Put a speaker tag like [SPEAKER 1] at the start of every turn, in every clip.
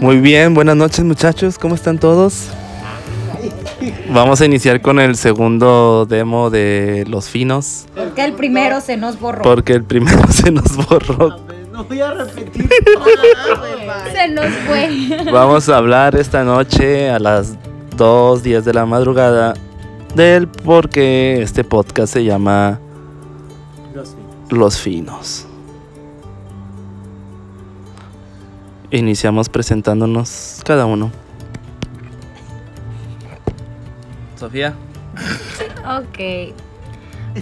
[SPEAKER 1] Muy bien, buenas noches muchachos, ¿cómo están todos? Vamos a iniciar con el segundo demo de Los Finos,
[SPEAKER 2] Porque el primero se nos borró.
[SPEAKER 1] porque el primero se nos borró.
[SPEAKER 3] No voy a repetir.
[SPEAKER 2] Se nos fue.
[SPEAKER 1] Vamos a hablar esta noche a las 2.10 de la madrugada del por qué este podcast se llama
[SPEAKER 3] Los Finos.
[SPEAKER 1] Los Finos. Iniciamos presentándonos cada uno. Sofía.
[SPEAKER 2] Ok.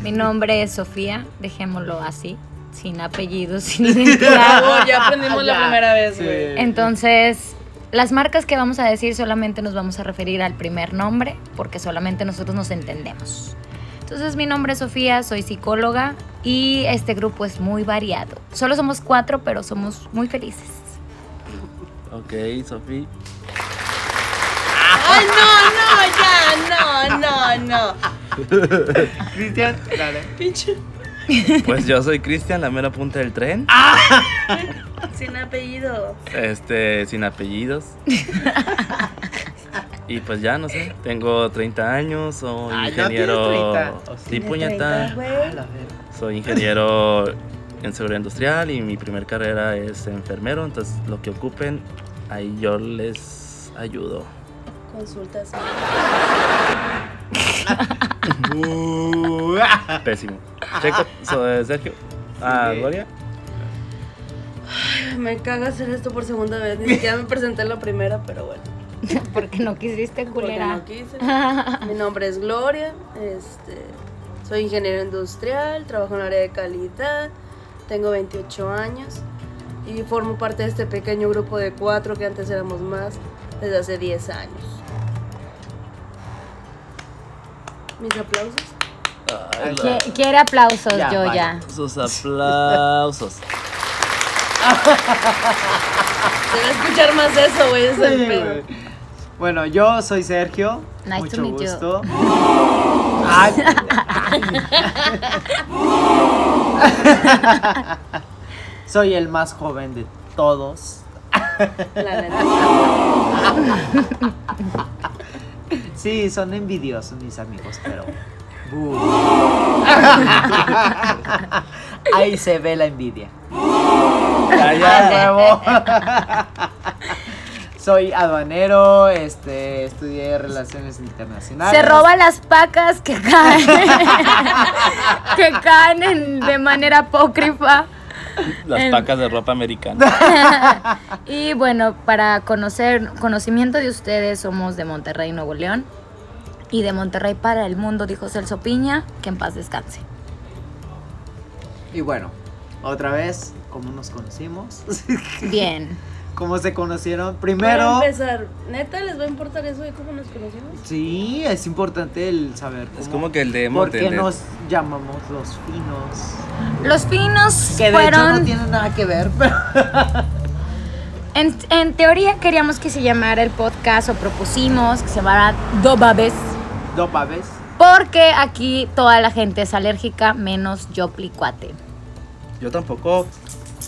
[SPEAKER 2] Mi nombre es Sofía, dejémoslo así, sin apellido, sin identidad.
[SPEAKER 4] Oh, ya aprendimos la primera vez, güey.
[SPEAKER 2] Entonces, las marcas que vamos a decir solamente nos vamos a referir al primer nombre, porque solamente nosotros nos entendemos. Entonces, mi nombre es Sofía, soy psicóloga y este grupo es muy variado. Solo somos cuatro, pero somos muy felices.
[SPEAKER 1] Ok, Sofía.
[SPEAKER 4] Ay, no, no, ya, no, no, no.
[SPEAKER 3] Cristian, dale.
[SPEAKER 4] Pinche.
[SPEAKER 1] Pues yo soy Cristian, la mera punta del tren.
[SPEAKER 3] Ah.
[SPEAKER 4] Sin apellido.
[SPEAKER 1] Este, sin apellidos. y pues ya, no sé, tengo 30 años, soy
[SPEAKER 3] Ah, ya
[SPEAKER 1] ingeniero...
[SPEAKER 3] tienes 30. O sí.
[SPEAKER 1] Sí, puñeta. Soy ingeniero en seguridad industrial y mi primer carrera es enfermero, entonces lo que ocupen, ahí yo les ayudo.
[SPEAKER 4] Consultas.
[SPEAKER 3] Uh, ah.
[SPEAKER 1] Pésimo. Checo, soy Sergio. Ah,
[SPEAKER 3] Sí.
[SPEAKER 1] Gloria.
[SPEAKER 4] Me caga hacer esto por segunda vez. Ni siquiera me presenté la primera, pero bueno.
[SPEAKER 2] Porque no quisiste,
[SPEAKER 4] Porque
[SPEAKER 2] culera.
[SPEAKER 4] no quise. Mi nombre es Gloria. Este, soy ingeniero industrial. Trabajo en el área de calidad. Tengo 28 años. Y formo parte de este pequeño grupo de cuatro que antes éramos más desde hace 10 años. Mis aplausos.
[SPEAKER 2] Qui- Quiere aplausos
[SPEAKER 3] Ya,
[SPEAKER 2] yo
[SPEAKER 3] vale.
[SPEAKER 2] ya.
[SPEAKER 1] Sus aplausos.
[SPEAKER 4] Se va a escuchar más eso, güey. Es el
[SPEAKER 3] Sí,
[SPEAKER 4] pedo.
[SPEAKER 3] güey. Bueno, yo soy Sergio.
[SPEAKER 2] Nice
[SPEAKER 3] Mucho
[SPEAKER 2] to meet you.
[SPEAKER 3] gusto. Ay, ay. soy el más joven de todos.
[SPEAKER 4] La neta.
[SPEAKER 3] Sí, son envidiosos mis amigos, pero. Bu. Ahí se ve la envidia.
[SPEAKER 1] Ya,
[SPEAKER 3] ¡Ah,
[SPEAKER 1] ya.
[SPEAKER 3] huevo! Soy aduanero, este, estudié relaciones internacionales.
[SPEAKER 2] Se roba las pacas que caen. que caen en- de manera apócrifa.
[SPEAKER 1] Las pacas de ropa americana.
[SPEAKER 2] Y bueno, para conocer conocimiento de ustedes, somos de Monterrey, Nuevo León. Y de Monterrey para el mundo, dijo Celso Piña, que en paz descanse.
[SPEAKER 3] Y bueno, otra vez, ¿cómo nos conocimos?
[SPEAKER 2] Bien.
[SPEAKER 3] ¿Cómo se conocieron?
[SPEAKER 4] Para
[SPEAKER 3] Primero.
[SPEAKER 2] Pues,
[SPEAKER 4] empezar, ¿neta les va a importar eso de cómo nos conocimos?
[SPEAKER 3] Sí, es importante el saber. Cómo,
[SPEAKER 1] Es como que el demo
[SPEAKER 3] ¿Por
[SPEAKER 1] de-
[SPEAKER 3] qué nos llamamos los finos?
[SPEAKER 2] Los finos
[SPEAKER 3] Que de hecho no
[SPEAKER 2] fueron.
[SPEAKER 3] tiene nada que ver, pero.
[SPEAKER 2] en, en teoría queríamos que se llamara el podcast o propusimos que se llamara Dobabes.
[SPEAKER 3] No, pa, ¿ves?
[SPEAKER 2] Porque aquí toda la gente es alérgica, menos yo plicuate.
[SPEAKER 1] Yo tampoco.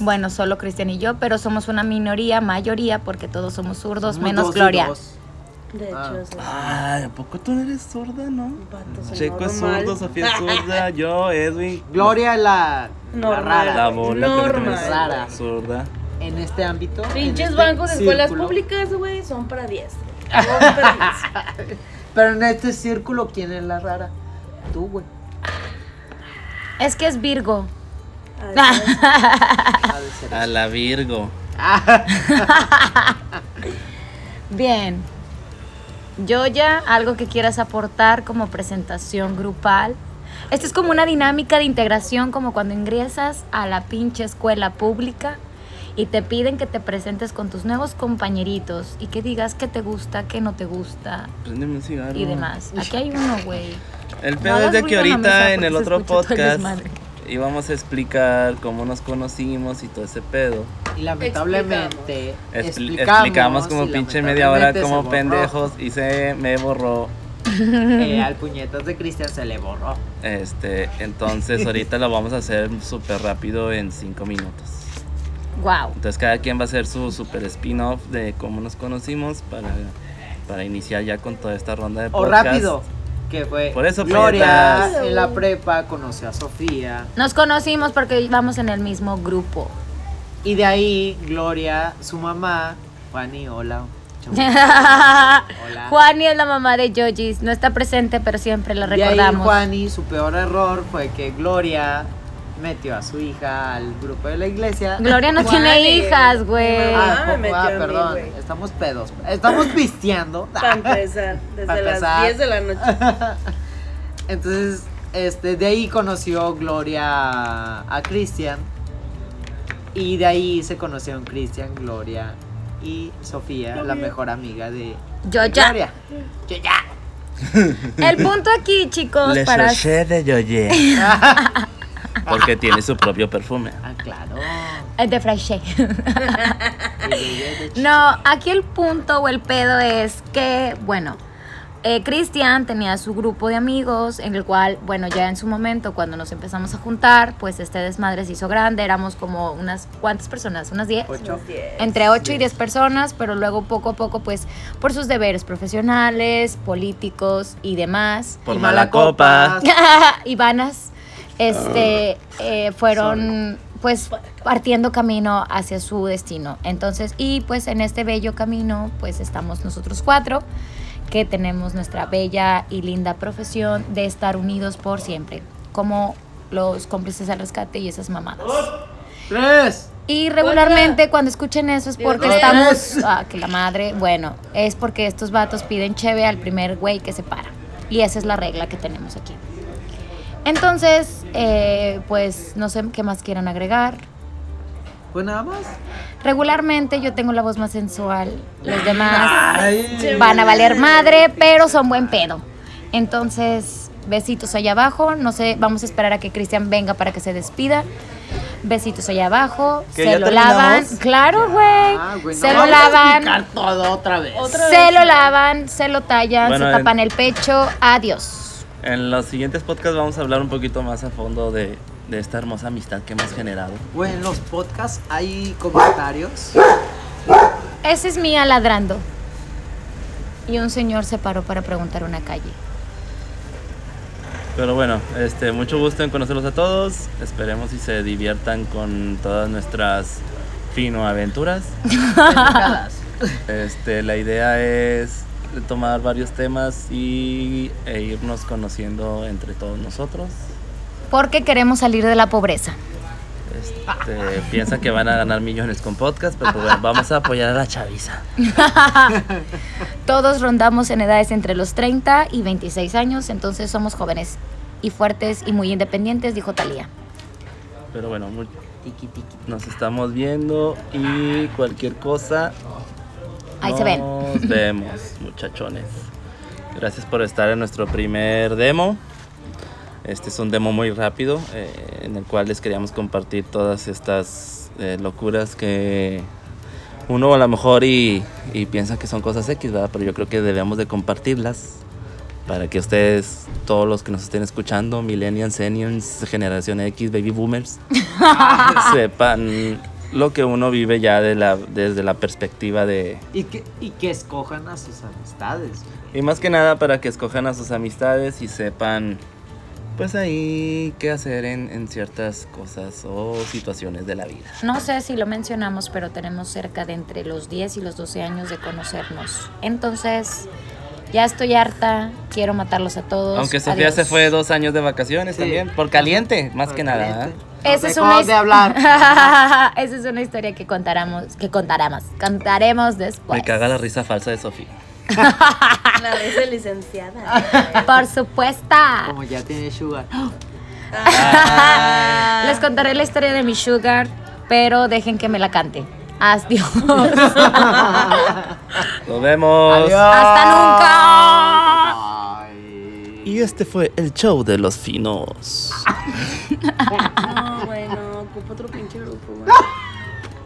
[SPEAKER 2] Bueno, solo Cristian y yo, pero somos una minoría, mayoría, porque todos somos zurdos,
[SPEAKER 3] Somos
[SPEAKER 2] menos
[SPEAKER 3] dos y
[SPEAKER 2] Gloria.
[SPEAKER 3] dos.
[SPEAKER 4] De
[SPEAKER 3] Ah.
[SPEAKER 4] hecho, sí.
[SPEAKER 1] Ay, ¿a poco tú no eres zurda, no?
[SPEAKER 4] Vato, soy
[SPEAKER 1] Checo es
[SPEAKER 4] normal.
[SPEAKER 1] zurdo, Sofía es zurda, yo, Edwin.
[SPEAKER 3] Gloria la. la
[SPEAKER 4] Normal.
[SPEAKER 3] rara.
[SPEAKER 1] La bola que también es
[SPEAKER 3] Normal.
[SPEAKER 1] zurda.
[SPEAKER 3] en este ámbito. en
[SPEAKER 4] Pinches
[SPEAKER 3] este
[SPEAKER 4] bancos de escuelas
[SPEAKER 3] círculo.
[SPEAKER 4] públicas, güey, son para 10. Son para
[SPEAKER 3] Pero en este círculo, ¿quién es la rara? Tú, güey.
[SPEAKER 2] Es que es Virgo.
[SPEAKER 4] 10. Así es.
[SPEAKER 3] Ha de ser.
[SPEAKER 1] A la Virgo.
[SPEAKER 2] Bien. Yoya, algo que quieras aportar como presentación grupal. Esto es como una dinámica de integración, como cuando ingresas a la pinche escuela pública y te piden que te presentes con tus nuevos compañeritos y que digas qué te gusta, qué no te gusta
[SPEAKER 1] Préndeme un cigarro.
[SPEAKER 2] y demás. Aquí hay uno, güey.
[SPEAKER 1] El
[SPEAKER 2] No
[SPEAKER 1] pedo es
[SPEAKER 2] hagas
[SPEAKER 1] de que
[SPEAKER 2] ruido en la mesa
[SPEAKER 1] ahorita en
[SPEAKER 2] porque
[SPEAKER 1] el
[SPEAKER 2] se
[SPEAKER 1] otro
[SPEAKER 2] escucha todo el
[SPEAKER 1] podcast
[SPEAKER 2] desmadre.
[SPEAKER 1] íbamos a explicar cómo nos conocimos y todo ese pedo.
[SPEAKER 3] Y lamentablemente
[SPEAKER 1] Expli-
[SPEAKER 3] explicamos,
[SPEAKER 1] explicamos como
[SPEAKER 3] y
[SPEAKER 1] pinche media hora
[SPEAKER 3] lamentablemente se
[SPEAKER 1] como
[SPEAKER 3] borró.
[SPEAKER 1] pendejos y se me borró.
[SPEAKER 3] Eh, al puñetas de Cristian se le borró.
[SPEAKER 1] Este, entonces ahorita lo vamos a hacer súper rápido en 5 minutos.
[SPEAKER 2] Wow.
[SPEAKER 1] Entonces cada quien va a hacer su super spin-off de cómo nos conocimos para, para iniciar ya con toda esta ronda de
[SPEAKER 3] O
[SPEAKER 1] podcast.
[SPEAKER 3] rápido. Que fue
[SPEAKER 1] Por eso,
[SPEAKER 3] Gloria
[SPEAKER 1] Prietas.
[SPEAKER 3] en la prepa conoció a Sofía.
[SPEAKER 2] Nos conocimos porque íbamos en el mismo grupo.
[SPEAKER 3] Y de ahí Gloria, su mamá, Fanny, hola. chau. Hola.
[SPEAKER 2] Juani es la mamá de Yojis. No está presente, pero siempre la
[SPEAKER 3] De ahí
[SPEAKER 2] recordamos.
[SPEAKER 3] Juani, su peor error fue que Gloria metió a su hija al grupo de la iglesia.
[SPEAKER 2] Gloria no
[SPEAKER 4] Juani.
[SPEAKER 2] tiene hijas, güey.
[SPEAKER 4] Ah, me metió a mí,
[SPEAKER 3] perdón,
[SPEAKER 4] güey.
[SPEAKER 3] estamos pedos. Estamos pisteando.
[SPEAKER 4] Para empezar, desde
[SPEAKER 3] Para
[SPEAKER 4] las
[SPEAKER 3] empezar.
[SPEAKER 4] 10 de la noche.
[SPEAKER 3] Entonces, este, de ahí conoció Gloria a, a Cristian. Y de ahí se conocieron Cristian, Gloria y Sofía, la mejor amiga de
[SPEAKER 2] Yo
[SPEAKER 3] de
[SPEAKER 2] ya.
[SPEAKER 3] Gloria. Yo ya.
[SPEAKER 2] El punto aquí, chicos,
[SPEAKER 1] Le
[SPEAKER 2] para.
[SPEAKER 1] sachet de Yoye. Porque tiene su propio perfume.
[SPEAKER 3] Ah, claro.
[SPEAKER 2] Es Eh, de Frashe.
[SPEAKER 3] Y de- de- de-
[SPEAKER 2] No, aquí el punto o el pedo es que, bueno, eh, Cristian tenía su grupo de amigos en el cual, bueno, ya en su momento cuando nos empezamos a juntar, pues este desmadre se hizo grande, éramos como unas, ¿cuántas personas? ¿Unas 10?
[SPEAKER 3] Ocho.
[SPEAKER 2] Entre 8 y 10 personas, pero luego poco a poco, pues, por sus deberes profesionales, políticos y demás,
[SPEAKER 1] Por
[SPEAKER 3] Y
[SPEAKER 1] mala, copa.
[SPEAKER 2] Ivanas, este, eh, fueron pues partiendo camino hacia su destino. Entonces, y pues en este bello camino, pues estamos nosotros cuatro, que tenemos nuestra bella y linda profesión de estar unidos por siempre, como los cómplices al rescate y esas mamadas.
[SPEAKER 3] Tres.
[SPEAKER 2] Y regularmente cuando escuchen eso es porque
[SPEAKER 4] Dios.
[SPEAKER 2] estamos... Ah, que la madre, bueno, es porque estos vatos piden cheve al primer güey que se para. Y esa es la regla que tenemos aquí. Entonces, eh, pues no sé qué más quieran agregar.
[SPEAKER 3] Pues nada más.
[SPEAKER 2] Regularmente yo tengo la voz más sensual, los demás
[SPEAKER 3] Ay.
[SPEAKER 2] van a valer madre, pero son buen pedo. Entonces, besitos allá abajo, no sé, vamos a esperar a que Cristian venga para que se despida. Besitos allá abajo,
[SPEAKER 1] ¿Que
[SPEAKER 2] se
[SPEAKER 1] ya
[SPEAKER 2] lo
[SPEAKER 1] terminamos?
[SPEAKER 2] lavan, claro,
[SPEAKER 3] Ah,
[SPEAKER 2] güey,
[SPEAKER 3] güey,
[SPEAKER 2] se
[SPEAKER 3] no
[SPEAKER 2] lo
[SPEAKER 3] vamos a
[SPEAKER 2] lavan,
[SPEAKER 3] explicar todo otra vez.
[SPEAKER 4] Otra
[SPEAKER 2] se
[SPEAKER 4] vez.
[SPEAKER 2] lo lavan, se lo tallan,
[SPEAKER 1] Bueno,
[SPEAKER 2] se
[SPEAKER 1] en-
[SPEAKER 2] tapan el pecho, adiós.
[SPEAKER 1] En los siguientes podcasts vamos a hablar un poquito más a fondo de, de esta hermosa amistad que hemos generado.
[SPEAKER 3] Güey, en los podcasts hay comentarios.
[SPEAKER 2] Esa es mía ladrando. Y un señor se paró para preguntar una calle.
[SPEAKER 1] Pero bueno, este, mucho gusto en conocerlos a todos. Esperemos y se diviertan con todas nuestras fino aventuras.
[SPEAKER 3] pendejadas.
[SPEAKER 1] Este, la idea es tomar varios temas y, e irnos conociendo entre todos nosotros.
[SPEAKER 2] Porque queremos salir de la pobreza.
[SPEAKER 1] Este, piensan que van a ganar millones con podcast, pero bueno, vamos a apoyar a la chaviza.
[SPEAKER 2] Todos rondamos en edades entre los 30 y 26 años, entonces somos jóvenes y fuertes y muy independientes, dijo Talía.
[SPEAKER 1] Pero bueno, mu-
[SPEAKER 3] Tiki, tiki.
[SPEAKER 1] nos estamos viendo y cualquier cosa.
[SPEAKER 2] Ahí se ven.
[SPEAKER 1] Nos vemos, muchachones. Gracias por estar en nuestro primer demo. Este es un demo muy rápido eh, en el cual les queríamos compartir todas estas eh, locuras que uno a lo mejor y, y piensa que son cosas X, ¿verdad? Pero yo creo que debemos de compartirlas para que ustedes, todos los que nos estén escuchando, millennials, seniors, generación X, baby boomers, sepan lo que uno vive ya de la, desde la perspectiva de,
[SPEAKER 3] Y que, y que escojan a sus amistades. güey.
[SPEAKER 1] y más que nada para que escojan a sus amistades y sepan, pues ahí, qué hacer en, en ciertas cosas o situaciones de la vida.
[SPEAKER 2] No sé si lo mencionamos, pero tenemos cerca de entre los 10 y los 12 años de conocernos. Entonces, ya estoy harta, quiero matarlos a todos.
[SPEAKER 1] Aunque Sofía
[SPEAKER 2] Adiós.
[SPEAKER 1] se fue dos años de vacaciones
[SPEAKER 3] Sí.
[SPEAKER 1] también, por caliente, más
[SPEAKER 3] Por
[SPEAKER 1] que nada.
[SPEAKER 3] caliente.
[SPEAKER 1] ¿eh?
[SPEAKER 2] Esa
[SPEAKER 3] Nos
[SPEAKER 2] es una
[SPEAKER 3] dejó de hablar.
[SPEAKER 2] hablar. Esa es una historia que contaremos, que contaremos, contaremos después.
[SPEAKER 1] Me caga la risa falsa de Sofía.
[SPEAKER 4] La vez de licenciada.
[SPEAKER 2] Por supuesta.
[SPEAKER 3] Como ya tiene sugar.
[SPEAKER 2] Les contaré la historia de mi sugar, pero dejen que me la cante. Adiós.
[SPEAKER 1] Nos vemos.
[SPEAKER 2] Hasta nunca.
[SPEAKER 3] Ay.
[SPEAKER 1] Y este fue el show de los finos.
[SPEAKER 4] No, bueno, ocupo otro pin.